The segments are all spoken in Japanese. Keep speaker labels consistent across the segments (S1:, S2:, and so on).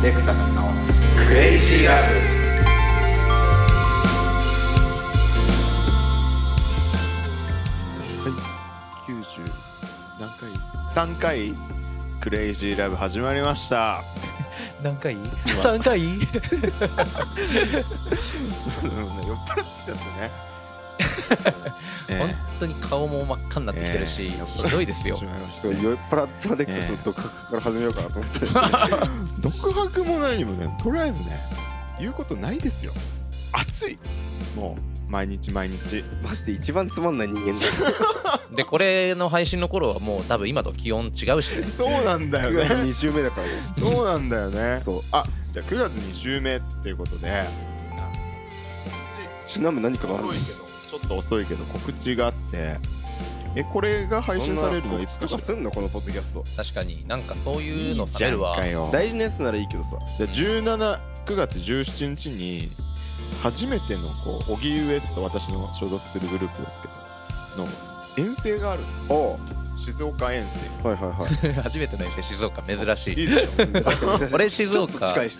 S1: レクサスの
S2: クレイジーラブ
S3: 90何回3回クレイジーラブ始まりました
S1: 何回 ?3 回
S3: 酔っ払ってきちゃ ったね
S1: 本
S3: ね
S1: 当に顔も真っ赤になってきてるし、
S3: ええ
S1: ひどいです よ
S3: し。まいました
S4: 酔
S3: ね
S4: っ払ったレクサスの独白から始めようかなと思って、
S3: 独白も何もねとりあえずね言うことないですよ暑いもう毎日毎日
S4: マジで一番つまんない人間じゃん
S1: で、これの配信の頃はもう多分今と気温違うし ね。
S3: そうなんだよ
S4: 9月
S3: ね
S4: 2週目だからね
S3: そうなんだよね
S4: そう
S3: あじゃあ9月2週目っていうことで
S4: ちなみに何かがある
S3: 遅いけどちょっと遅いけど告知があってえこれが配信されるのはいつかし
S4: と
S3: ら
S4: かすんのこのポッドキャスト
S1: 確かになんかそう
S3: い
S1: いう
S3: い
S1: の食
S3: じゃ
S1: べ
S3: ん
S1: るわ
S3: か。よ
S4: 大事なやつならいいけどさ
S3: で17 9月17日に初めてのこう荻上ウエスト私の所属するグループですけどの遠征がある
S4: お
S3: 静岡遠
S4: はいはいはい
S1: 初めての遠征静岡珍し
S3: 征
S1: い。
S3: いいですよ
S1: 俺静
S4: ちょっと
S1: 岡、
S4: 近いし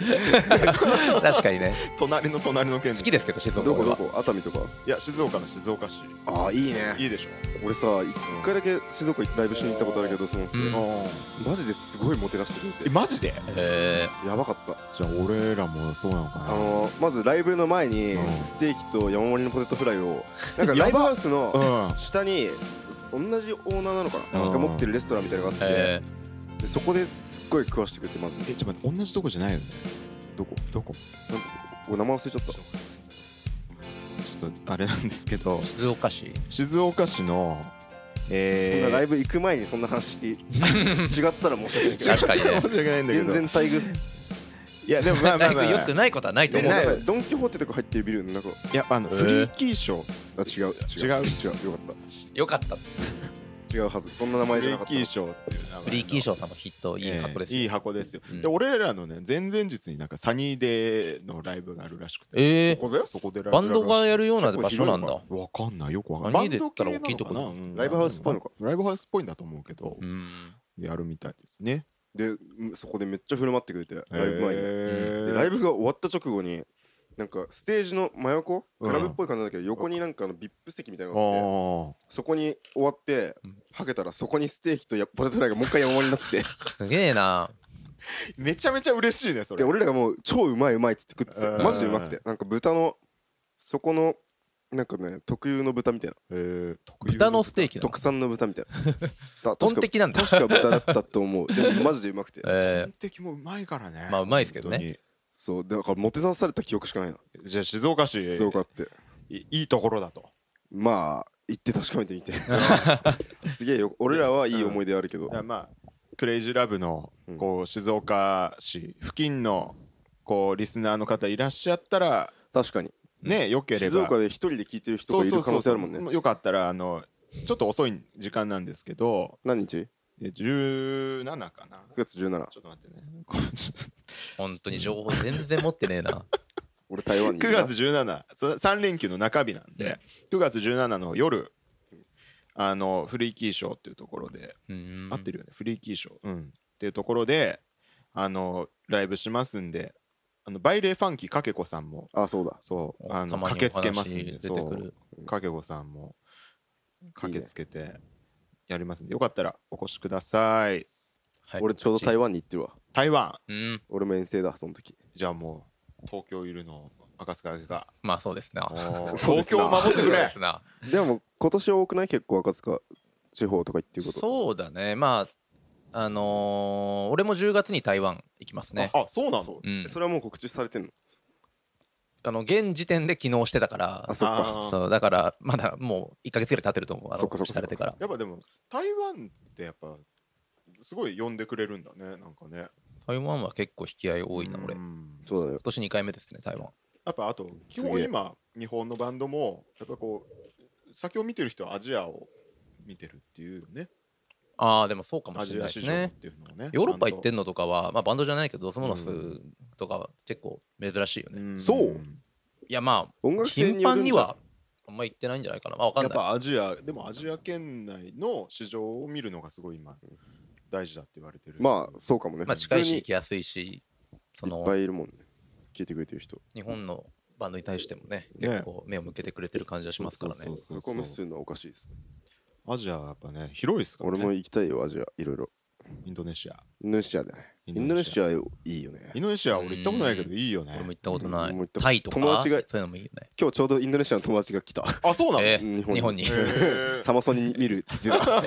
S1: 確かにね。
S3: 隣の隣の県
S1: 好きですけど、静岡
S4: どこど
S1: は。
S4: こ熱海とか
S3: いや静岡の静岡市
S4: ああいいね
S3: いいでしょ
S4: 俺さ1回だけ静岡ライブしに行ったことあるけどその、
S1: うん
S4: マジですごいもてなしてく
S3: え
S4: れて
S3: マジで
S1: え
S4: やばかった
S3: じゃあ俺らもそうなのか
S4: あのーまずライブの前に
S3: うん
S4: ステーキと山盛りのポテトフライをなんか
S3: やば
S4: ライブハウスの
S3: うん
S4: 下に同じオーナーなのかな
S3: うん
S4: なんか持ってるレストランみたいなのが
S1: ー
S4: あって、
S1: え
S4: でそこですっごい食わしてくれてまず
S3: えちょっと待って同じとこじゃないよね
S4: どこ
S3: どこ
S4: なんて俺名前忘れちゃった
S3: ちょっとあれなんですけど
S1: ー静岡市
S3: 静岡市の
S4: そん
S3: え
S4: な
S3: ー、
S4: ライブ行く前にそんな 話して違ったら申し訳ないけど
S1: 確かにね
S3: 申。し訳ないんだけ
S4: 全
S3: ど
S4: 然待遇す
S3: いやでもまあま
S1: だ
S3: あ
S1: い
S3: まあ
S1: ぶ良くないことはないと
S4: え
S1: 思う
S3: ね
S4: なんかドン・キホーテとか入ってるビルの中
S3: いやあの
S1: えー
S3: フリーキー賞
S4: あ違う違
S3: 違
S4: う
S3: う
S4: 違うよかっ
S1: よかった。
S4: た違うはずそんな名
S3: フ
S4: 前じゃ
S3: リ
S4: なか
S3: ー
S4: った
S3: キー賞っていう名前の
S1: フリーキー賞さんもきっといい箱です
S3: えーいい
S1: よ。
S3: 箱ですよ、
S1: うん
S3: で俺らのね前々日になんかサニーデーのライブがあるらしくて
S1: ええ
S3: そこだよそこでライブ
S1: バンドがや
S3: る
S1: るような場所なんだ。
S3: わかんないよくわかん
S1: サ
S3: ない
S1: ニーデーっつったら大きいとこだ
S3: バンド系なのかな
S4: ライブハウスっぽいのか
S3: ライブハウスっぽいんだと思うけど、
S1: うん。
S3: やるみたいですね
S4: でうんそこでめっちゃ振る舞ってくれてライブ前に
S3: えー
S4: でライブが終わった直後になんかステージの真横
S3: うん
S4: クラブっぽい感じなんだけど横になんかあの VIP 席みたいなのがあって
S3: あ
S4: そこに終わって
S1: うん
S4: はけたらそこにステーキとやポテトフライがもう一回山盛りになってて
S1: すげえな。
S3: あめちゃめちゃ嬉しいねそれ
S4: で俺らがもう超うまいうまいっつって食ってた
S3: うん
S4: マジでうまくてなんか豚のそこのなんかね特有の豚みたいな
S3: えー、特有
S1: 豚のステーキなの。
S4: 特産の豚みたいなだ
S1: トンテキなんだ。
S4: 確か豚だったと思うでもマジでうまくて
S1: え
S3: 天敵もうまいからね
S1: まあうまいですけどね
S3: 本
S4: そうだからモテさされた記憶しかないな
S3: 当にじゃあ静岡市
S4: 静岡って
S3: いいいところだと
S4: まあ行って確かめてみてすげえよ俺らはいい思い出あるけど
S3: だからまあクレイジーラブの
S4: うん
S3: こう静岡市付近のこうリスナーの方いらっしゃったら
S4: 確かに
S3: ねよければ
S4: 静岡で一人で聞いてる人がいる可能性あるもんね
S3: よかったらあのちょっと遅い時間なんですけど
S4: 何日
S3: え17かな
S4: ?9 月17
S3: ちょっと待 ってねこれちょっ
S1: ー、本当に情報全然持ってねえな。
S4: 俺台湾にい
S3: と
S4: る
S3: 9
S4: な
S3: 月17三連休の中日なんで9月17の夜あのフリーキーショーっていうところで
S1: うん。
S3: 合ってるよね、フリーキーショー、うん、っていうところであのライブしますんであのバイレーファンキーかけこさんも
S4: あそうだ
S3: そうあ
S1: た
S3: の
S1: まに
S3: 駆けつけますん
S1: お
S3: で
S1: 話出てく
S3: そ
S1: る。
S3: うかけこさんも駆けつけてやりますんでよかったらお越しください
S1: はい
S4: 俺ちょうど台湾に行ってるわ
S3: 台湾
S1: うん。
S4: 俺も遠征だその時
S3: じゃあもう東京いるの赤塚明が
S1: まあそうですな。
S4: そう
S3: 東
S4: ですな
S3: 京を守って く
S1: そうで
S3: れ
S1: すな
S4: でも今年多くない結構赤塚地方とか行ってること
S1: そうだね。まあ、あのー、俺も10月に台湾行きますね。
S3: ああそうなの
S1: うん
S4: え、それはもう告知されてんの
S1: あの現時点で昨日してたから
S4: あ、そっか
S3: あー
S1: そうだからまだもう1か月ぐらい経ってると思う、あの
S4: そっかそっか
S1: されてから。
S3: やっぱでも台湾ってやっぱすごい呼んでくれるんだねなんかね
S1: 台湾は結構引き合い多いな、俺。
S3: う
S1: 今
S3: ん
S4: そうだよ
S1: 年2回目ですね、台湾。
S3: やっぱあと基
S4: す
S3: 本
S4: げえ
S3: 今日本のバンドもやっぱこう先を見てる人はアジアを見てるっていうよね
S1: ああ、でもそうかも
S3: ア
S1: し
S3: ジ
S1: れな
S3: ア
S1: い
S3: 市
S1: です
S3: 場っ
S1: ね。
S3: ていうのはね
S1: ヨーロッパ行って
S3: ん
S1: んのとかは、まあ、バンドじゃないけど、ドスモノ
S3: う
S1: スとかは結構珍しいよね。
S3: の
S4: そう
S1: いや、ま
S4: 音
S1: あ、
S4: 楽
S1: 頻
S4: 性による
S1: 繁
S4: ん
S1: に
S4: じゃ
S1: はあんま行ってないんじゃないかな。まあ、わか
S3: や
S1: んな
S3: っ
S1: い。
S3: ぱアジアでもアジア圏内の市場を見るのがすごい今大事だって言われてる
S4: まあそうかもね
S1: まあ、近いし、
S4: 普
S1: 行
S4: 通
S1: きやすいし、その
S4: いっぱいいるもんね聞いてくれてる人
S1: 日本のバンドに対してもね
S3: ね
S1: 結構目を向けてくれてる感じはしますからね
S3: そうそ
S4: そうこ
S3: そ
S4: を
S3: う
S4: 無視す
S3: そう
S4: るのはおかしいですね
S3: アジアはやっぱね広いですからね
S4: 俺も行きたいよアジアいろいろ
S3: インドネシア
S4: インドネシアだねインドネシアいいよね
S3: インドネシア俺行ったことないけどいいよね
S1: 俺も行ったことな
S4: 俺も行
S1: い
S4: った
S1: タイとか
S4: 友達が
S1: そういうのもいいよね
S4: 今日ちょうどインドネシアの友達が来 た
S3: あそうなの、
S1: え
S4: 日
S1: ー
S4: 本に
S1: 日本に
S4: サマソニ見るっつってた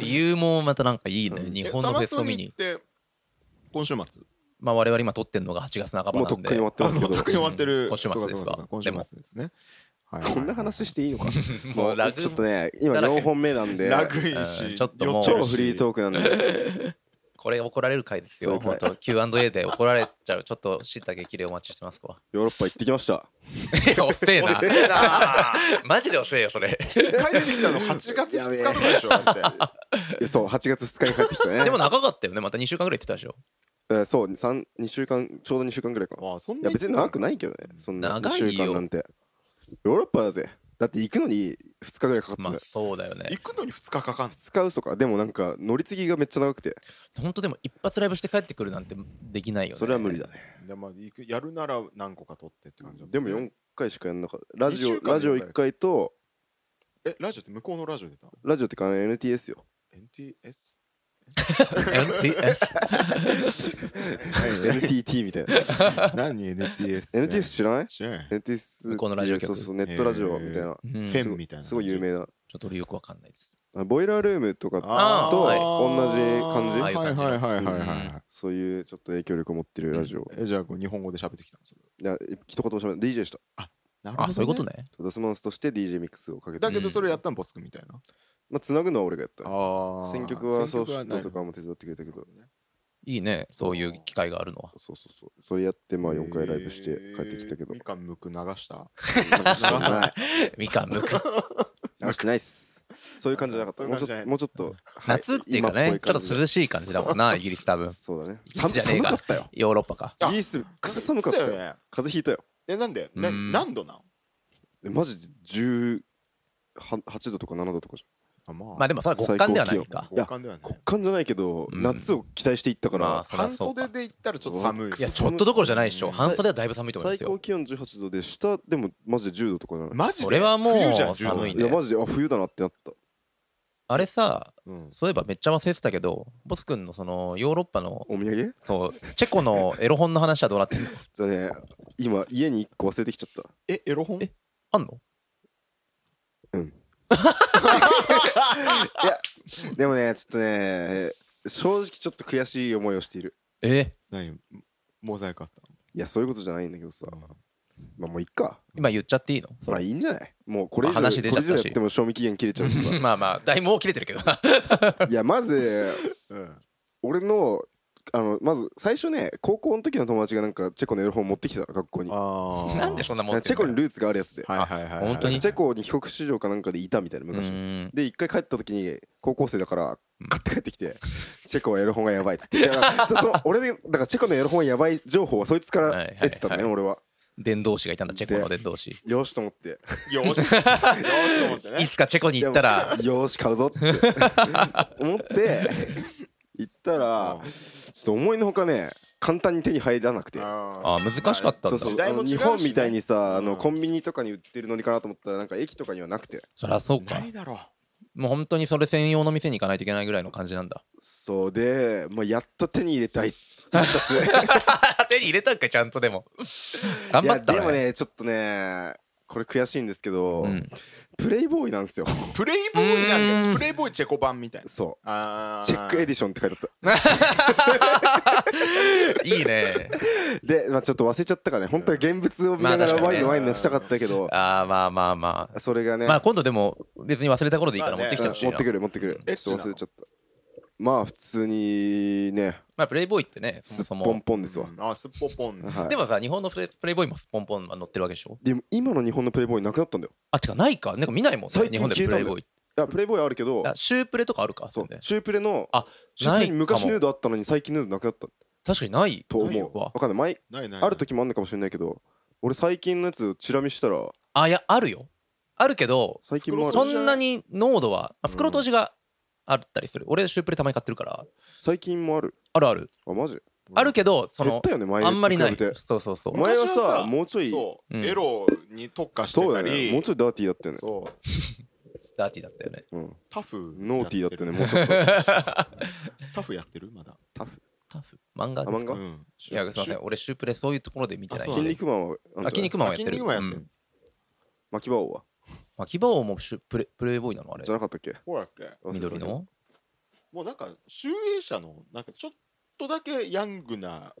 S1: 理由もまたなんかいいね
S3: え
S1: 日本のフェスを見に
S3: サマソニって今週末
S1: まあ我々今撮ってるのが8月半ば
S4: もう
S1: な
S4: とっ
S1: ん
S4: くに終わ
S1: で
S4: ってます
S3: も
S4: け
S3: うとっ
S4: ど
S3: くに終わってる
S1: うん今週末ですか
S3: そうそうそう今週末ですねはいはい
S4: こんな話してい いのか
S1: もうラグ
S4: ちょっとね今4本目なんで
S3: ラグいし、
S1: うんちょっともう
S4: 超フリート
S3: ー
S4: ークなんで
S1: これ怒られる回です
S4: そ
S1: よ
S4: うか
S1: 本当 Q&A で怒られちゃうちょっとしいた激励お待ちしてます わ
S4: ヨーロッパ行ってきました
S1: いやおっせえな
S3: 遅えな
S1: マジでおっせえよそ れ
S3: 帰ってきたの8月2日とかでしょだって
S4: えそう8月2日に帰ってきたね
S1: でも長かったよねまた2週間ぐらい来たでしょ
S4: えーそう2週間ちょうど2週間ぐらいかな
S3: あそん
S4: い
S3: な
S4: や別に長く
S3: い
S4: ないけどねそんな
S1: 長いよ
S4: 2週間なんてヨーロッパだぜだって行くのに2日ぐらいかかった
S1: ま
S4: ん
S1: あ
S4: だよ
S1: そうだよね
S3: 行くのに2日かかん
S4: 2日嘘かでもなんか乗り継ぎがめっちゃ長くて
S1: 本当でも一発ライブして帰ってくるなんてできないよね
S4: それは無理だね
S3: でまあ行くやるなら何個か取ってって感じだもんね
S4: でも4回しかやんなかったラジ
S3: 二週間
S4: オ
S3: でやんない
S4: ラジオ1回と
S3: えラジオって向こうのラジオ出た
S4: ラジオってかあの NTS よ
S3: NTS?
S1: NTS
S4: NTT みた いな
S3: 何 NTS
S4: NTS 知らない
S3: 知らない
S4: NTS
S1: 向こうのラジオ
S4: そ
S1: 局
S4: うそうネットラジオみたいな
S1: うん
S3: フェ
S1: ち
S3: ン
S1: ょ
S3: みたいな
S4: すごい有名な
S1: っと俺よくわかんないです
S4: あボイラールームとか
S1: あー
S4: と
S1: はい
S4: 同じ感じ
S1: ああいう感じ
S3: はいはいはいはいはいはい
S4: そういうちょっと影響力を持ってるラジオ
S3: えじゃあこう日本語で喋ってきたのそれ
S4: いや一言もしゃべ DJ した
S3: なるほど
S1: あ
S3: ね
S1: そういうことね
S4: ドスマンスとして DJ ミックスをかけて
S3: だけどそれやったんボス君みたいな
S4: まあつなぐのは俺がやった
S3: あ
S4: 選曲は
S3: そ
S4: ソーシャ
S3: う
S4: ルとかも手伝ってくれたけど
S1: いいねそういう機会があるのは
S4: そうそうそうそれやってまあ4回ライブして帰ってきたけど
S3: みかんむく流 した
S4: 流してない
S1: みかんむ く
S4: 流してないっすそういう感じじゃなかった
S3: そういう
S4: もう
S3: 感
S4: ち
S3: じ
S4: ょ
S3: じ
S4: っ
S3: ゃない
S4: ともうちょっとはい
S1: 夏っていうか
S4: 今
S1: ね
S4: ぽ
S1: ちょっ
S4: 感じ
S1: と涼しい感じだもんなイギリス多分
S4: そうだね
S1: い
S4: 寒
S1: つじゃねえ
S4: 寒
S1: か
S4: かったよ
S1: ヨーロッパか
S4: イギリスくそ寒かった
S3: よ
S4: よ
S3: ね
S4: 風邪ひいたよ
S3: えなんでな
S1: うん
S3: 何度なん
S4: えマジ18度とか7度とかじ
S3: あま
S1: まあでもそれは極寒ではない
S4: 最高
S1: か
S4: 気温いや
S3: 極寒だよね
S4: ゃん極寒じゃないけど
S1: うん
S4: 夏を期待していったか
S1: まあ
S4: ら
S1: そりゃ
S3: 半
S1: そうか
S3: 袖で行ったらちょっと寒い
S4: そう
S1: いや
S4: 寒
S1: ちょっとどころじゃないでし
S3: う
S1: ょ
S3: ん
S1: 半袖はだいぶ寒いと思いま
S4: 最
S1: す
S4: 高
S1: よ
S4: 気温18度で下でもマジで10度とかじゃない
S3: マジで
S1: それはもう
S3: 冬じゃん10度
S1: 寒い
S4: い
S1: ね
S4: やマジであ冬だなってなった
S1: あれさ
S3: うん
S1: そういえばめっちゃ忘れてたけどボス君のそのヨーロッパの
S4: お土産
S1: そうチェコのエロ本の話はどうなってんの
S4: じゃあね今家に1個忘れてきちゃった
S3: えエロ本
S1: えあんの
S4: でもね、ちょっとね、正直ちょっと悔しい思いをしている。
S1: え
S3: 何モザイクあった
S4: いや、そういうことじゃないんだけどさ。まあもういっか。
S1: 今言っちゃっていいの
S4: まあいいんじゃないもうこれ以上、
S1: まあ話出ちゃったし
S4: これ以上やっても賞味期限切れちゃうし
S1: まあまあだいぶもう切れてるけどな
S4: さ。いや、まず、
S3: うん
S4: 俺の、あの、まず最初ね、高校の時の友達がなんかチェコのエロ本持ってきてたの、学校に。
S3: あー
S1: なんでそんなもん
S4: チェコにルーツがあるやつで。
S3: はいはいはいはい
S1: 本当に
S4: チェコに帰国子女かなんかでいたみたいな、
S1: う
S4: 昔。
S1: ーん
S4: で一回帰った時に高校生だから
S1: うん
S4: 買って帰ってきてチェコはエロ本がやばいっつっていやだ からその俺でだからチェコのエロ本やばい情報はそいつか
S1: はいはい
S4: ら
S1: はい
S4: 得てたのね俺は
S1: 伝道師がいたんだチェコの伝道師
S4: よしと思って
S3: よーしよーしと思って
S1: い
S3: ね
S1: つかチェコに行ったら
S4: でもよーし買 うぞって思って行った
S3: う
S4: ら
S3: ん
S4: ちょっと思いのほかね簡単に手に入らなくて
S1: あー難しかったんだ
S4: そうそう
S3: 時代
S4: あ
S3: も
S4: の
S3: 違うし
S4: 日
S3: ね
S4: 本みたいにさあ
S3: う
S4: の
S3: ん
S4: コンビニとかに売ってるのにかなと思ったらなんか駅とかにはなくて
S1: そりゃそう
S3: な
S1: か
S3: いだろ
S1: もう本当にそれ専用の店に行かないといけないぐらいの感じなんだ
S4: そうでまあやっと手に入 れたい
S1: 手に入れたんかちゃんとでも頑
S4: い
S1: 張
S4: や
S1: った
S4: で
S1: わ
S4: も
S1: ね
S4: ねちょっとねこれ悔しいんですけど、
S1: うん
S4: プレイボーイなん ですよ
S3: プレイボーイなん
S1: う
S3: だ
S1: ん
S3: プレイボーイチェコ版みたいな
S4: そ
S3: あ
S4: う
S3: ー
S4: チェックエディションって書いてあっ
S1: いいね
S4: たで、まあ、ちょっと忘れちゃったからね本当は現物を見ながら
S1: まあ確か
S4: ワ
S1: にね
S4: インのワインのしたかったけど、
S1: あーまあまあまあ
S4: それがね、
S1: まあ今度でも別に忘れた頃でいいから
S3: まあ
S1: 持
S3: ね
S1: ってき
S4: う
S1: て
S4: ん
S1: ほしい
S4: 持
S1: な
S4: ってくる持ってくる
S3: エッ
S4: ち
S3: チ
S4: ょっ
S3: な
S4: と
S3: の
S4: 忘れちゃったまあ普通にね
S1: まあプレイボーイってねそ
S4: す
S1: もそ
S4: っぽん
S1: も
S4: ぽんですわ、
S3: うんあすっぽぽん
S4: はい、
S1: で
S4: でも
S1: もさ日本のプレプレイボーイもポンポン乗ってるわけでしょ
S4: 今の日本のプレイボーイなくなったんだよ
S1: あ違うないかなんか見ないもんね
S4: 最
S1: 日
S4: 近
S1: 本でプ
S4: 消
S1: レ
S4: えたんだ
S1: イ
S4: よ
S1: ボーイ
S4: いやプレイボーイあるけど
S1: あシュープレとかあるか
S4: そう
S1: ね
S4: シュープレの
S1: あ
S4: シュープ
S1: な
S4: レ
S1: い
S4: に
S1: かも
S4: 昔ヌードあったのに最近ヌードなくなった
S1: 確かにない
S4: と
S3: ない
S4: 思う
S1: わ
S4: わかんない前
S3: ないない
S4: ある時もあんのかもしれないけど俺最近のやつチラ見したら
S1: あいやあるよあるけど
S4: 最近もある
S1: そんなに濃度は、あ
S3: うん
S1: 袋閉じがあったりする、俺シュープレたまに買ってるから
S4: 最近もある
S1: あるある
S4: あマジ
S1: あるけどそ
S4: 減っ
S1: の
S4: たよね前
S1: あんまりな
S4: に
S1: い
S4: 比べて
S1: そうそうそう
S4: お前はさ
S3: 昔
S4: もうちょい
S3: そう、
S1: うん
S3: エロに特化して
S4: そう
S3: た
S4: だ
S3: り
S4: ねもうちょいダーティーだったよね
S3: そう
S1: ダーティーだったよね
S4: うん
S3: タフ
S4: ノーティー だったね
S3: や
S4: もうちょっと
S3: てるタフやってるまだ
S1: タフ漫画
S4: あ漫画
S3: うん
S1: いやすいませ
S3: あ
S1: ん俺シュープレそういうところで見てない
S3: あそう
S4: 筋
S3: なんだ
S4: 肉マンは
S1: あ筋肉マンはやってる
S3: 筋肉マンやって
S1: う
S3: る
S1: ん
S4: 巻き場王は
S1: まあキバオもシュプレプレイボーイなのあれ
S4: じゃなかったっけ
S3: こうやっけ
S4: 忘れた
S1: 緑の
S3: もうなんか集英社のなんかちょっとだけヤングな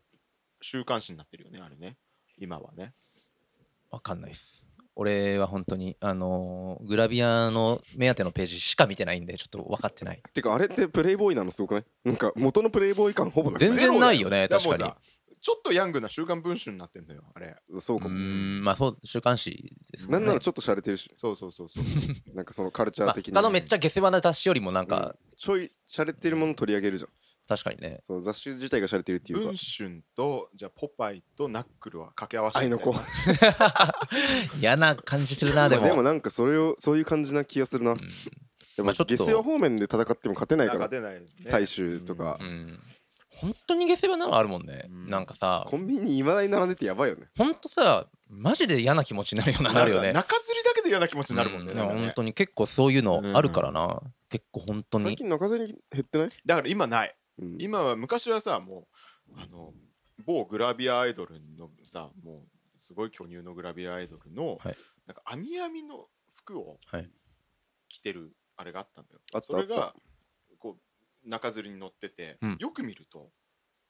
S3: 週刊誌になってるよねあれね今はね
S1: わかんないっす俺は本当にあのーグラビアの目当てのページしか見てないんでちょっと分かってない
S4: てかあれってプレイボーイなのすごくないなんか元のプレイボーイ感ほぼなくない
S1: 全然ないよね
S3: だらもう
S1: 確かに
S3: さちょっとヤングな週刊文春になってんのよあれ
S4: そう
S1: う
S4: か
S1: ー
S4: も
S1: んまあそう週刊誌です
S4: なんなら
S1: ょ
S4: ちょっと洒落てるし
S3: そうそうそうそう
S4: なんかそのカルチャ
S1: ま
S4: ー
S1: あ
S4: 的に
S1: 他のめっちゃ下世話な雑誌よりもなんか
S4: ちょい洒落てるもの取り上げるじゃん
S1: 確かにね
S4: その雑誌自体が洒落てるっていうか
S3: 文春とじゃあポパイとナックルは掛け合わせ
S4: 愛
S3: て
S4: の子
S1: 嫌な感じしてるなで
S4: まあ でも
S1: も
S4: なんかそれをそういう感じな気がするな、で
S1: ま
S4: も
S1: あちょっと
S4: 下世話方面で戦っても勝てない
S3: な
S4: か
S3: んから出ないよね
S4: 大衆とか
S1: う、ん本当に下世話なのあるもんね
S3: うん
S1: なんかさ
S4: コンビニいまだに並んでてやばいよね
S1: 本当さマジで嫌な気持ちになるよう
S3: うん
S1: な
S3: な
S1: あ
S3: ん
S1: る
S3: か
S1: よ
S3: さ
S1: ね
S3: 中吊りだけで嫌な気持ちになるもんね,、
S1: う
S3: なんかね
S1: 本当に結構そういうのあるからな、結構本当
S4: 最
S1: に
S4: 近中銭減ってない、
S3: だから今ない
S4: うん
S3: 今は昔はさもうあの某グラビアアイドルのさもうすごい巨乳のグラビアアイドルの、
S1: はい
S3: なんか網みの服を
S1: はい
S3: 着てるあれがあったんだよ。
S4: あった
S3: それ
S4: あ
S3: がこう中吊りに乗ってて、
S1: うん
S3: よく見ると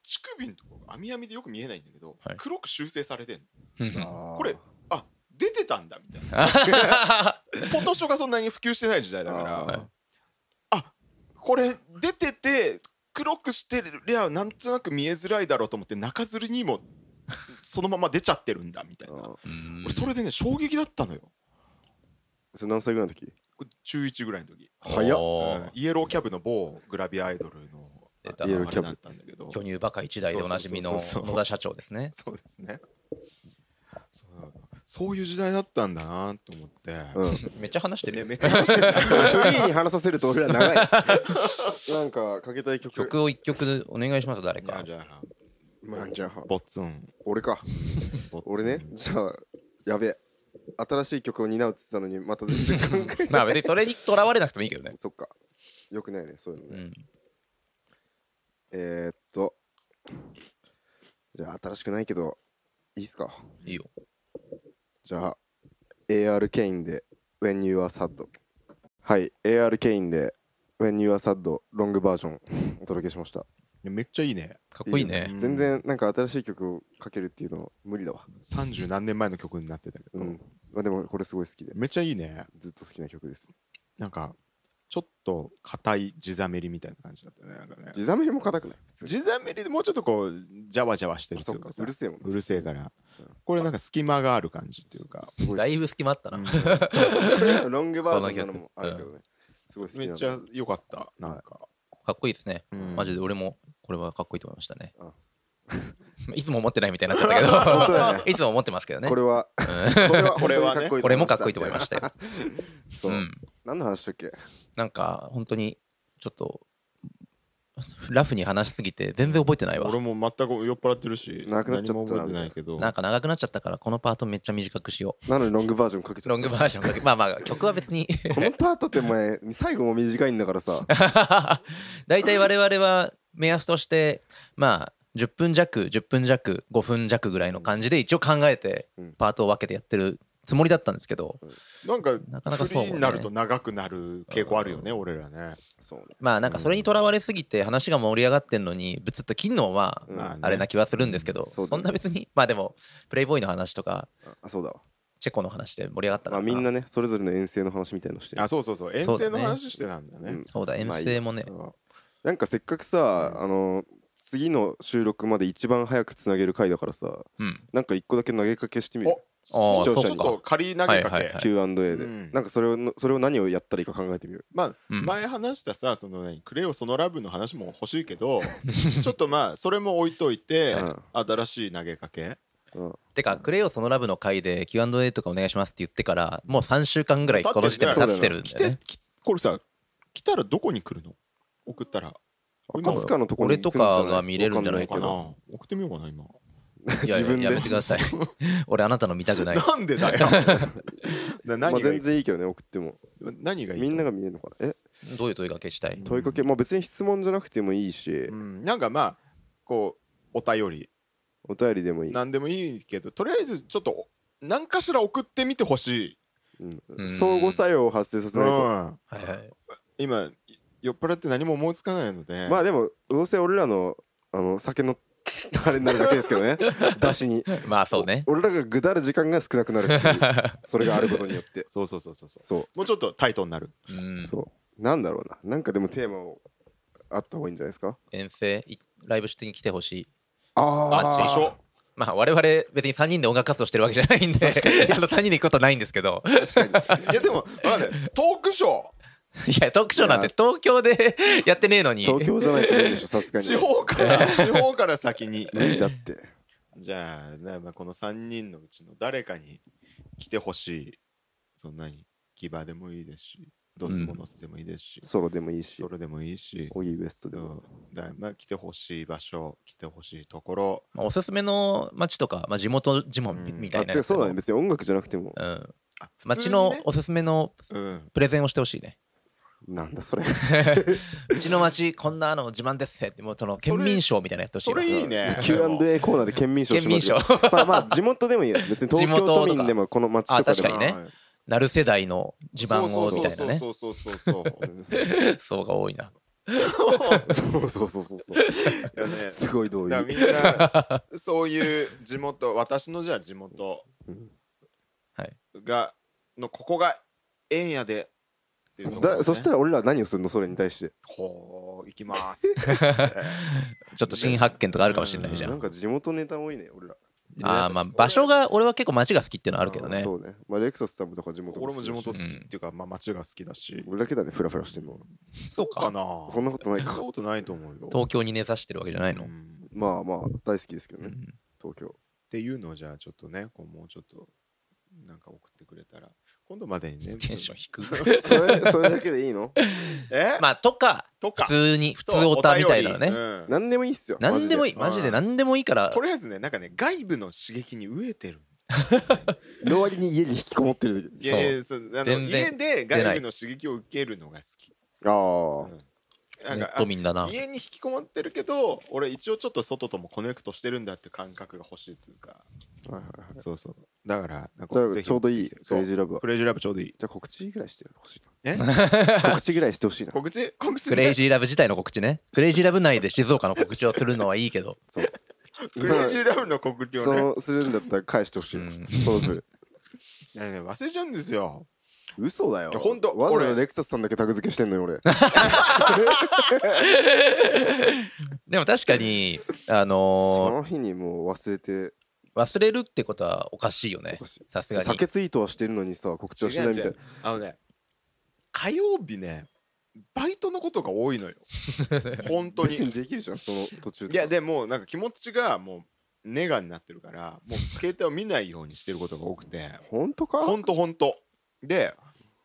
S3: 乳首のとこが網みでよく見えないんだけど、
S1: はい
S3: 黒く修正されてんの
S1: うんうん
S3: これあ出てたんだみたいな
S1: は
S3: フォトショーがそんなに普及してない時代だから
S4: あー
S1: はい
S3: これ出てて黒くしてりゃなんとなく見えづらいだろうと思って中吊りにもそのまま出ちゃってるんだみたい
S4: あ
S3: な
S4: ー
S1: うん
S3: 俺それでね衝撃だったのよ
S4: それ何歳ぐらいの時
S3: これ中1ぐらいの時、
S4: 早っ
S1: お
S3: うん
S1: ー
S3: イエローキャブの某グラビアアイドルの
S1: 出た
S3: あ
S4: イエローキャブ
S3: あれだったんだけど
S1: 巨乳バカ一代でおなじみの
S3: そうそうそうそう
S1: 野田社長ですね
S3: そうですねそうそういう時代だったんだなと思って、
S4: う んフ
S1: めっちゃ話して
S3: ね
S1: る、
S3: めっちゃ話してる
S4: リーに話させると俺ら 長いなんかかけたい曲
S1: 曲を一曲お願いします誰
S3: じゃ
S1: か
S3: あじゃあ
S4: まあじゃあ
S3: ボッツン
S4: 俺か
S3: ボッツン
S4: 俺ねじゃあやべえ新しい曲を担うって言ってたのにまた全然考え
S1: まあ別にそれにとらわれなくてもいいけどね
S4: そっかよくないねそういうの
S1: う
S4: ね、
S1: ん
S4: えー、っとじゃあ新しくないけどいいっすか
S1: いいよ
S4: じゃあ AR ケインで When You Are Sad はい AR ケインで When You Are Sad ロングバージョンお届けしました
S3: いやめっちゃいいね
S1: かっこいい
S4: いい
S1: ね
S4: 全然なんか新しい曲をかけるっていうの無理だわ
S3: 三十何年前の曲になってたけど、
S4: うんまあでもこれすごい好きで
S3: めっちゃいいね
S4: ずっと好きな曲です
S3: なんかちょっと硬い地ざめりみたいな感じだったねなんかね
S4: 地ざめりも硬くない普通
S3: 地ざめりでもうちょっとこうじゃわじゃわしてるって
S4: そ
S3: いうう
S4: か
S3: かさ
S4: うるせえもん
S3: うるせえからこれなんか隙間がある感じっていうか
S4: すごい
S1: だいぶ隙間あった な、
S4: ロングバージョンなのもあるけどねすごい好きな
S3: め
S4: の
S3: っちゃ良かったなんか
S1: かっこいいですね、
S3: うん
S1: マジで俺もこれはかっこいいと思いましたね
S4: あ
S1: いつも思ってないみたいになっちゃった
S4: 本当
S1: け
S4: だね
S1: ど いつも思ってますけどね
S4: これは
S1: うん
S4: これは
S3: これはね
S1: これもかっこいいと思いま
S4: し
S1: したよ、、
S4: たそううん何の話したっけ
S1: なんか本当にちょっとラフに話しすぎて全然覚えてないわ
S3: 俺も全く酔っ払ってるし
S4: なくなっちゃった
S3: 何
S4: な
S3: も覚えてないけど
S1: なんか長くなっちゃったからこのパートめっちゃ短くしよ
S4: なのにロングバージョンかけち
S1: う
S4: ゃった
S1: ロングバージョンかけまあまあ曲は別に
S4: このパートってお前最後も短いんだからさ
S1: 大体我々は目安としてまあ10分弱10分弱5分弱ぐらいの感じで一応考えて
S4: うん
S1: パートを分けてやってるつもりだったんですけど
S3: なんか
S1: なかなか
S3: フ
S1: そう
S3: リ
S1: ね
S3: ーになると長くなる傾向あるよね俺らね
S4: そうね
S1: まあなんかそれにとらわれすぎて話が盛り上がってんのにぶつっと切んのは
S4: うん
S3: まね
S1: あれな気はするんですけど
S4: そうだ
S1: そん
S4: ね
S1: な別にまあでもプレイボーイの話とか
S4: あそうだわ
S1: チェコの話で盛り上がったか
S4: まあ
S1: ら
S4: みんなねそれぞれの遠征の話みたいのして
S3: あそうそうそう遠
S1: そ
S3: 征
S1: うだ
S3: の
S1: ね
S3: 話してたんだ
S4: う
S3: ね
S4: ん
S1: そうだ遠
S4: まあいい
S1: 征もね
S3: そう
S4: なんかせっかくさあの次の収録まで一番早くつなげる回だからさ
S1: うん
S4: なんか一個だけ投げかけしてみる
S1: あ
S3: お
S1: あ
S3: ちょ
S4: そう
S3: ちょ
S4: か
S3: っと仮投げか
S1: はいはい
S3: け
S1: はい
S4: Q&A で、
S3: うん
S4: なんかそれをのそれを何をやったらいいか考えてみる
S3: まあ、
S1: うん
S3: 前話したさその、ね、クレヨそのラブの話も欲しいけどちょっとまあそれも置いといて、
S4: うん
S3: 新しい投げかけ
S4: うん
S1: てか「クレヨそのラブ」の回で Q&A とかお願いしますって言ってからもう3週間ぐらいこの時点で
S3: 経
S4: っ
S1: 経
S4: てるね
S1: ってるん
S3: 来
S1: で
S3: て
S1: ね
S3: きこれさ来たらどこに来るの送ったら
S4: 赤塚のところ
S1: 俺
S4: に行
S1: と
S4: くんじゃない
S1: かが見れるんじゃないか
S3: かな
S1: な。
S3: 送ってみようかな今
S1: いやい
S4: 自分
S1: や
S4: で
S1: やめてください。俺あなたの見たくない。
S3: なんでだよな
S4: まあ、
S3: 何がい
S4: 全
S3: い
S4: 然いいけどね送っても
S3: 何がいい
S4: みんなが見えるのかなえ
S1: どういう問いかけしたい
S4: 問いかけ、まあ、別に質問じゃなくてもいいし、
S3: うんなんかまあこうお便り
S4: お便りでもいい、
S3: 何でもいいけどとりあえずちょっと何かしら送ってみてほし
S4: うん
S1: うん
S4: 相互作用を発生さ
S3: い、
S4: せないと、
S1: はいはい
S3: 今酔っ払って何も思いつかないので
S4: まあでもどうせ俺らのあの酒のあれになるだけですけど ね出しに
S1: まあそうね。
S4: 俺らがぐだる時間が少なくなる っていうそれがあることによって
S3: そうそうそうそうそう
S4: そ
S3: もうちょっとタイトになる
S1: うん
S4: うそうなんだろうななんかでもテーマをあった方がいいんじゃないですか
S1: 遠征、いライブしてに来てほしい。
S4: あ
S1: あ
S3: 場所
S1: まあ我々別に3人で音楽活動してるわけじゃないんであの3人で行くことはないんですけど
S3: いやでもまだトークショ
S1: いやトークショーなんて東京でやってねえのに
S4: 東京じゃないと無理でしょさすが
S3: ー
S4: に
S3: 地方から地方から先 に
S4: 無理だって
S3: じゃあなまあこの3人のうちの誰かに来てほしいそんなに牙でもいいですしドスモノスでもいいですし、
S4: ソロでもいいし
S3: それでもいいし
S4: オギーウエストで
S3: う
S4: も
S3: んだまあ、来てほしい場所来てほしいところ
S1: まあおすすめの街とか、まあ、地元自慢
S3: うん
S1: みみ
S4: あ
S1: た
S4: っ
S1: いなや
S4: て
S1: つで
S4: そう
S1: も
S4: だね別に音楽じゃなくても
S1: うん、
S3: あ普
S1: 街
S3: 通に
S1: の
S3: ね
S1: おすすめの
S3: うん
S1: プレゼンをしてほしいね
S4: なんだそれ
S1: うちの町こんなの自慢ですってもうその県民賞みたいなのやってほしい
S3: そ
S1: な
S3: れいいね
S4: Q&A コーナーで県民賞
S1: 県民賞
S4: してもらってまあまあ地元でもいいよ別に東京都民でもこの町とかでも
S1: あ確かにねなる世代の自慢をみたいなね
S3: そうそうそうそうそうそう
S1: そうが多いな
S4: そうそうそうそうそ
S3: い
S4: う
S3: や ね
S4: すごい同意
S3: だからみ んなそういう地元私のじゃあ地元
S1: はい
S3: がのここが縁やでっていうところをね
S4: だそしたら俺ら何をするのそれに対して
S3: ほう行 きますっつって
S1: ちょっと新発見とかあるかもしれないじゃ
S4: なん
S1: ん
S4: か地元ネタ多いね俺ら
S1: あーまあ場所が俺は結構街が好きっていうのはあるけどね
S4: そうねまあレクサスさんもだから地元
S3: 俺も地元好
S4: 好き
S3: きっていうかまあ町が好きだし
S4: 俺だけだねフラフラしてんの
S1: そう
S3: か
S1: か
S3: な
S4: そんなことない
S3: そんな
S4: か
S3: ことないと思うよ
S1: 東京に根ざしてるわけじゃないの、
S3: うん
S4: まあまあ大好きですけど
S1: う
S4: ね
S1: ん
S4: 東京
S3: っていうのをじゃあちょっとねこうもうちょっとなんか送ってくれたら今度までにね
S1: テンション低く
S4: それそれだけでいいの
S3: え
S1: まあとか
S3: とか
S1: 普通に普通オタみたいなのね
S3: うん
S4: 何でもいいっすよ
S1: 何でもいい
S3: マ
S1: マ
S3: ジで
S1: ジで何でもいいから
S3: とりあえずねなんかね外部の刺激に飢えてる
S4: いの割に家に引きこもってる
S3: いやいやそうあの
S1: 全然
S3: 家で
S1: 出な
S3: 外
S1: い
S3: 部の刺激を受けるのが好き
S4: ああ
S3: なん
S1: ネ
S3: か
S1: ット民だ
S3: あ
S1: な
S3: 家に引きこもってるけど俺一応ちょっと外ともコネクトしてるんだって感覚が欲しいっつうか
S4: はいはいはい
S3: そうそうだからなん
S4: だか
S3: ぜ
S4: ら
S3: ひ
S4: ちょうどいいク
S3: そう
S4: レイジーラブは
S3: クレイジーラブちょうどいい
S4: じゃあ告知ぐらいしてほしい
S3: え
S4: な告知ぐらいしてほし いな
S3: 告知告知
S1: クレイジーラブ自体の告知ねクレイジーラブ内で静岡の告知をするのはいいけど
S4: そう
S3: ー クレイジーラブの告知
S4: そ
S3: をね
S4: のするんだったら返してほしいな
S1: うん
S4: その分
S3: いやね忘れちゃうんですよ
S4: 嘘だよ
S3: いやほんと
S4: わざわざ
S3: 俺
S4: レクサスさんだけタグ付けしてんのよ俺
S1: でも確かにあ
S4: そ
S1: の
S4: の日にもう忘れて
S1: ー忘れるってことはおかしいよね
S4: おかしい
S1: さすがに
S4: 酒ツイートはしてるのにさ告知はしないみたい
S3: 違う違うあのね火曜日ねバイトのことが多い のよ本当
S4: な
S3: に
S4: 別にできるじゃんその途中
S3: いやでもなんか気持ちがもうネガになってるからもう携帯を見ないようにしてることが多くて
S4: 本当か
S3: ほんとほんとで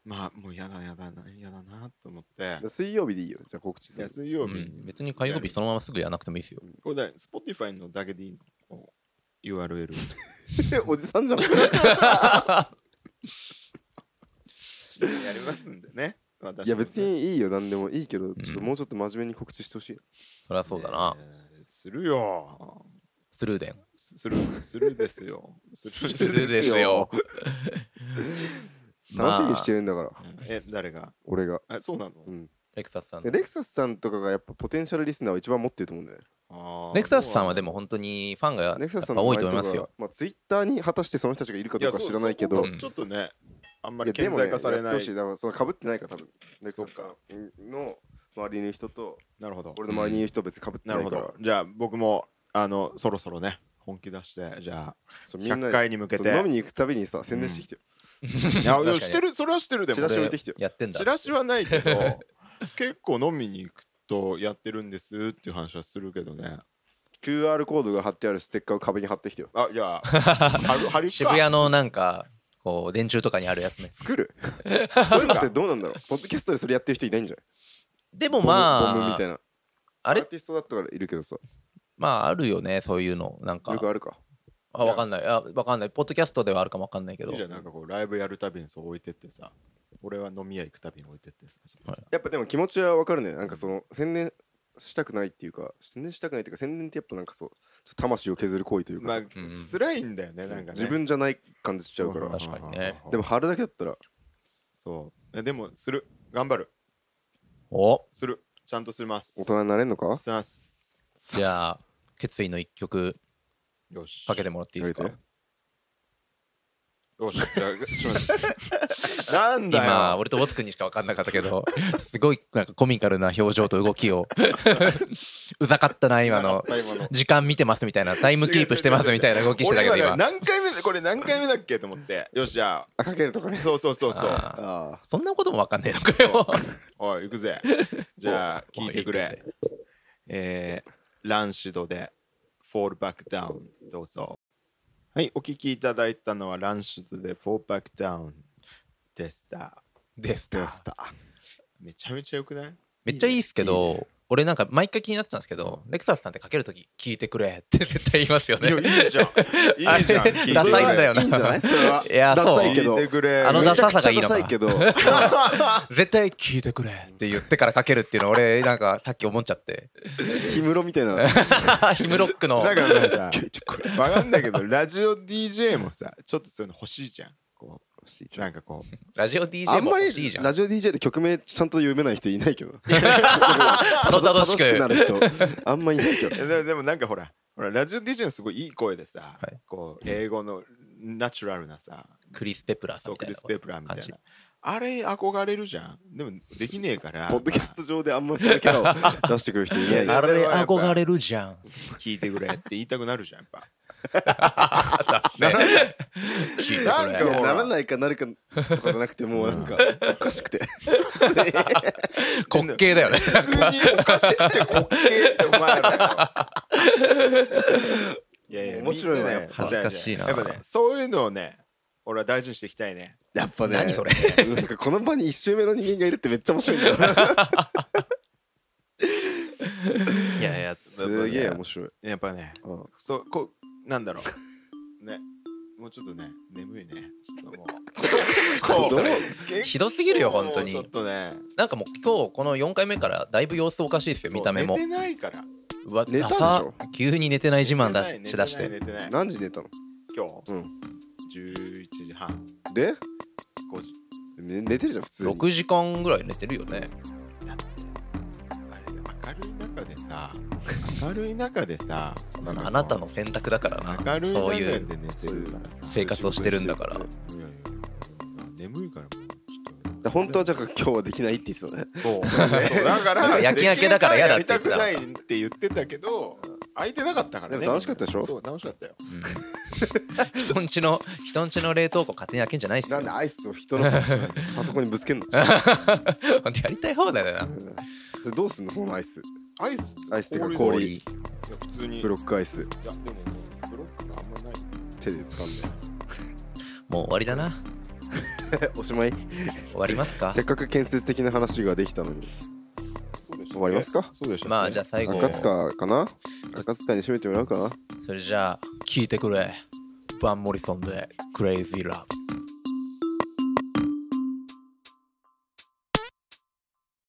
S3: まあもうやだやだなやだなと思って
S4: 水曜日でいいよじゃあ告知する
S3: 水曜
S1: う
S3: 日に、
S1: ん、別に火曜日そのまますぐやらなくてもいいですよ
S3: これだ Spotify のだけでいいのこう URL
S4: おじさんじゃん
S3: やりますんでね私もね
S4: いや別にいいよ何でもいいけど
S1: ん
S4: ちょっともうちょっと真面目に告知してほしい
S1: そりゃそうだな、
S3: えーするよ
S1: スルーデン
S3: するするですよす
S1: スルー ですよ
S4: 楽しみにして
S1: まあ
S4: るんだから
S3: え誰が
S4: 俺が
S3: あそうなの
S4: うん
S1: レクサスさん
S4: レクサスさんとかがやっぱポテンシャルリスナーを一番持ってると思うんだよね
S3: あー
S1: レクサスさんはでも本当にファンがやっ
S4: レクサスさ
S1: ぱ
S4: んの
S1: 多い
S4: 場
S1: と思
S4: 合
S1: いますよ
S4: かまあツイッターに果たしてその人たちがいるかどうかは知らないけ
S3: や
S4: ど
S3: そううんちょっとねあんま
S4: いや
S3: り顕在化され
S4: でも
S3: な
S4: ね
S3: い
S4: やってほしいだからその被ってないから多分レク
S3: そ
S4: サ
S3: っ
S4: ス
S3: か
S4: さんの周りにいる人と
S3: なるほど
S4: 俺の周りにいる人は別に被って
S3: な
S4: な
S3: る
S4: い
S3: ほ
S4: から
S3: どじゃあ僕もあのそろそろね本気出してじゃあ
S4: そうみんな
S3: 100回に向けて
S4: そう飲みに行くたびにさ宣伝してきてよ
S3: いやいや
S1: 確かに
S3: してるそれはしてるで
S4: チ
S3: も
S4: ラシ置
S3: ね
S4: いてきてよ
S1: やってんだ
S3: チラシはないけど結構飲みに行くとやってるんですっていう話はするけどね
S4: QR コードが貼ってあるステッカーを壁に貼ってきてよ
S3: あいやハルハリ
S1: 渋谷のなんかこう電柱とかにあるやつね
S4: 作るそういうのってどうなんだろうポッドキャストでそれやってる人いないんじゃない
S1: でも
S4: ボムボム
S1: ま
S4: みたい
S1: あ
S4: な
S1: あ
S4: アー
S1: れ
S4: ティストだったからいるけどさ
S1: まああるよねそういうのなんか
S4: よくあるか
S1: あわかんないあわかんないポッドキャストではあるかもわかんないけど
S3: いいじゃんなんかこうライブやるたびにそう置いてってさ俺は飲み屋行くたびに置いてってさそこにさ
S4: やっぱでも気持ちはわかるねなんかその宣伝したくないっていうか宣伝したくないっていうか宣伝ってやっぱなんかそうちょっと魂を削る行為というか
S3: ま
S4: さ
S3: あ
S1: ん
S3: 辛いんだよねなんかね
S4: 自分じゃない感じしちゃうから
S1: ん確かにね
S4: でも春だけだったら
S3: そうえでもする頑張る
S1: お
S3: するちゃんとすます
S4: 大人になれんのか
S3: さす
S1: じゃあ決意の一曲
S3: よし
S1: かけてもらっていいです
S4: か
S1: か
S4: けて
S3: よしじゃあします なんだよ
S1: 今俺とボツ君にしか分かんなかったけ どすごいなんかコミカルな表情と動きを うざかったな今の
S3: 今今の
S1: 時間見てますみたいなタイムキープしてますみたいな動きしてたけど
S3: 俺
S1: 今
S3: 何回目だこれ何回目だっけと思ってよしじゃ
S4: あかけるとか
S3: あ
S4: ね
S3: そうそうそうそう
S1: あー
S4: あ
S1: そんなことも分かんねえのかよ
S3: おい行くぜじゃあ聞いてくれえー、ランシドで「Fall Back Down」どうぞはいお聞きいただいたのはランシドで「Fall Back Down」でした
S1: です
S3: でしためちゃめちゃよくない
S1: めっちゃいいっすけど俺なんか毎回気になってたんですけど、レクサスさんってかけるとき聞いてくれって絶対言いますよ
S3: い
S1: ね
S3: やいいじゃんいいじゃん
S1: あれ
S3: 聞いてくれ
S1: ダサいんだよない
S4: いんじゃないそれはい
S1: や
S4: ダ
S1: そう
S4: サいけ
S3: 聞
S4: ど
S3: いてくれ
S1: あのダサさがいいのか
S4: めちゃくちゃダサいけ ど
S1: 絶対聞いてくれって言ってからかけるっていうの俺なんかさっき思っちゃって
S4: 氷室みたいな
S1: ヒムロックの
S3: だからさわかんないけどラジオ DJ もさちょっとそういうの欲しいじゃんこうなんかこう
S1: ラジオ DJ も欲しいじゃん
S4: ラジオ DJ で曲名ちゃんと読めない人いな いけど
S1: たどたどしく
S4: なる人あんまいないけど
S3: えででもなんかほらほらラジオ DJ のすごいいい声でさ、
S1: はい
S3: こう英語のナチュラルなさ
S1: クリス・ペプラーさ
S3: そ
S1: ん
S3: う
S1: みた
S3: ク
S1: いな
S3: リス・ペプラーみた
S1: 感
S3: い
S1: じ
S3: なあれ憧れるじゃんでもできねえから
S4: ポッドキャスト上であんまりその キャラを出してくる人いない
S3: や
S4: よ
S1: あれ憧れるじゃん
S3: まあ聞いてくれって言いたくなるじゃんやっぱ
S1: 聞いて
S3: な
S1: く
S3: んか
S1: れ
S4: いや
S3: ほ
S4: なら
S3: ら
S4: ないかなるかとかじゃなくてもうなんかおかしくて
S1: 滑稽だよね
S3: 普通に優しくて滑稽ってお前らよいやいや
S4: 面白い
S3: み
S4: わ
S3: んね
S4: やっぱ
S1: 恥ずかしいな
S3: やっぱねそういうのをね俺は大事にしていきたいね
S4: やっぱね
S1: 何それ
S4: なんかこの場に一周目の人間がいるってめっちゃ面白いんだ よな
S3: いやいや
S4: すげえ面白い
S3: やっぱね
S4: うん
S3: そうこうなんだろうねもうちょっとね眠いねちょっともうこ
S4: どう
S3: 結構
S1: ひどすぎるよ本当に
S3: もうちょっとね
S1: なんかもう今日この4回目からだいぶ様子おかしいですよ見た目も
S3: そう寝てないから
S1: うわ
S4: 寝たでしょ
S1: ダサ急に寝てない自慢出
S3: 寝
S1: し
S3: な
S1: 出
S3: い
S1: して
S3: 寝てない寝てない
S4: 何時寝たの
S3: 今
S4: うん
S3: 日11時半
S4: で
S3: 5時
S4: ね寝てるじゃん普通に
S1: 6時間ぐらい寝てるよね
S3: あれ明るい中でさ明るい中でさ
S1: あのあなたの選択だから
S3: 明
S1: な
S3: るい
S1: そう
S3: 中
S1: い
S3: で
S1: う
S3: 寝てるからさ
S1: 生活をしてるんだから
S3: いやいやいや眠いからもうちょっと
S4: 本当はじゃあ今日はできないって言ってたね
S3: そうそうだか
S1: そう
S3: ら
S1: 夜勤明けだから嫌だって言
S3: や
S1: っ
S3: り
S1: てた
S3: たくないって言ってたけど空いてなかったから
S4: で
S3: ね
S4: も楽しかったでしょ
S3: そう楽しかったよ
S1: うん人んちの人んちの冷凍庫勝手に開けんじゃないっす
S4: な
S1: よ
S4: んでアイスを人のパソコンにぶつけんの
S1: ほんとやりたい放題だよな
S4: でどうすんの そのアイス
S3: アイス
S4: アイスっていうか
S3: 氷
S4: 氷
S3: いや普通に
S4: ブロックアイス
S3: いやでもねブロックがあんまない
S4: 手で掴ん
S1: もう終わりだな
S4: で おしまい
S1: 終わりますか
S4: せっかく建設的な話ができたのに
S3: そうでしょ
S4: 終わりますか
S3: そうでしょ
S1: まあじゃあ最後
S4: 赤塚かな赤塚に締めてもらうかな
S1: それじゃあ聞いてくれバン・モリソンで「クレイジー・ラブ」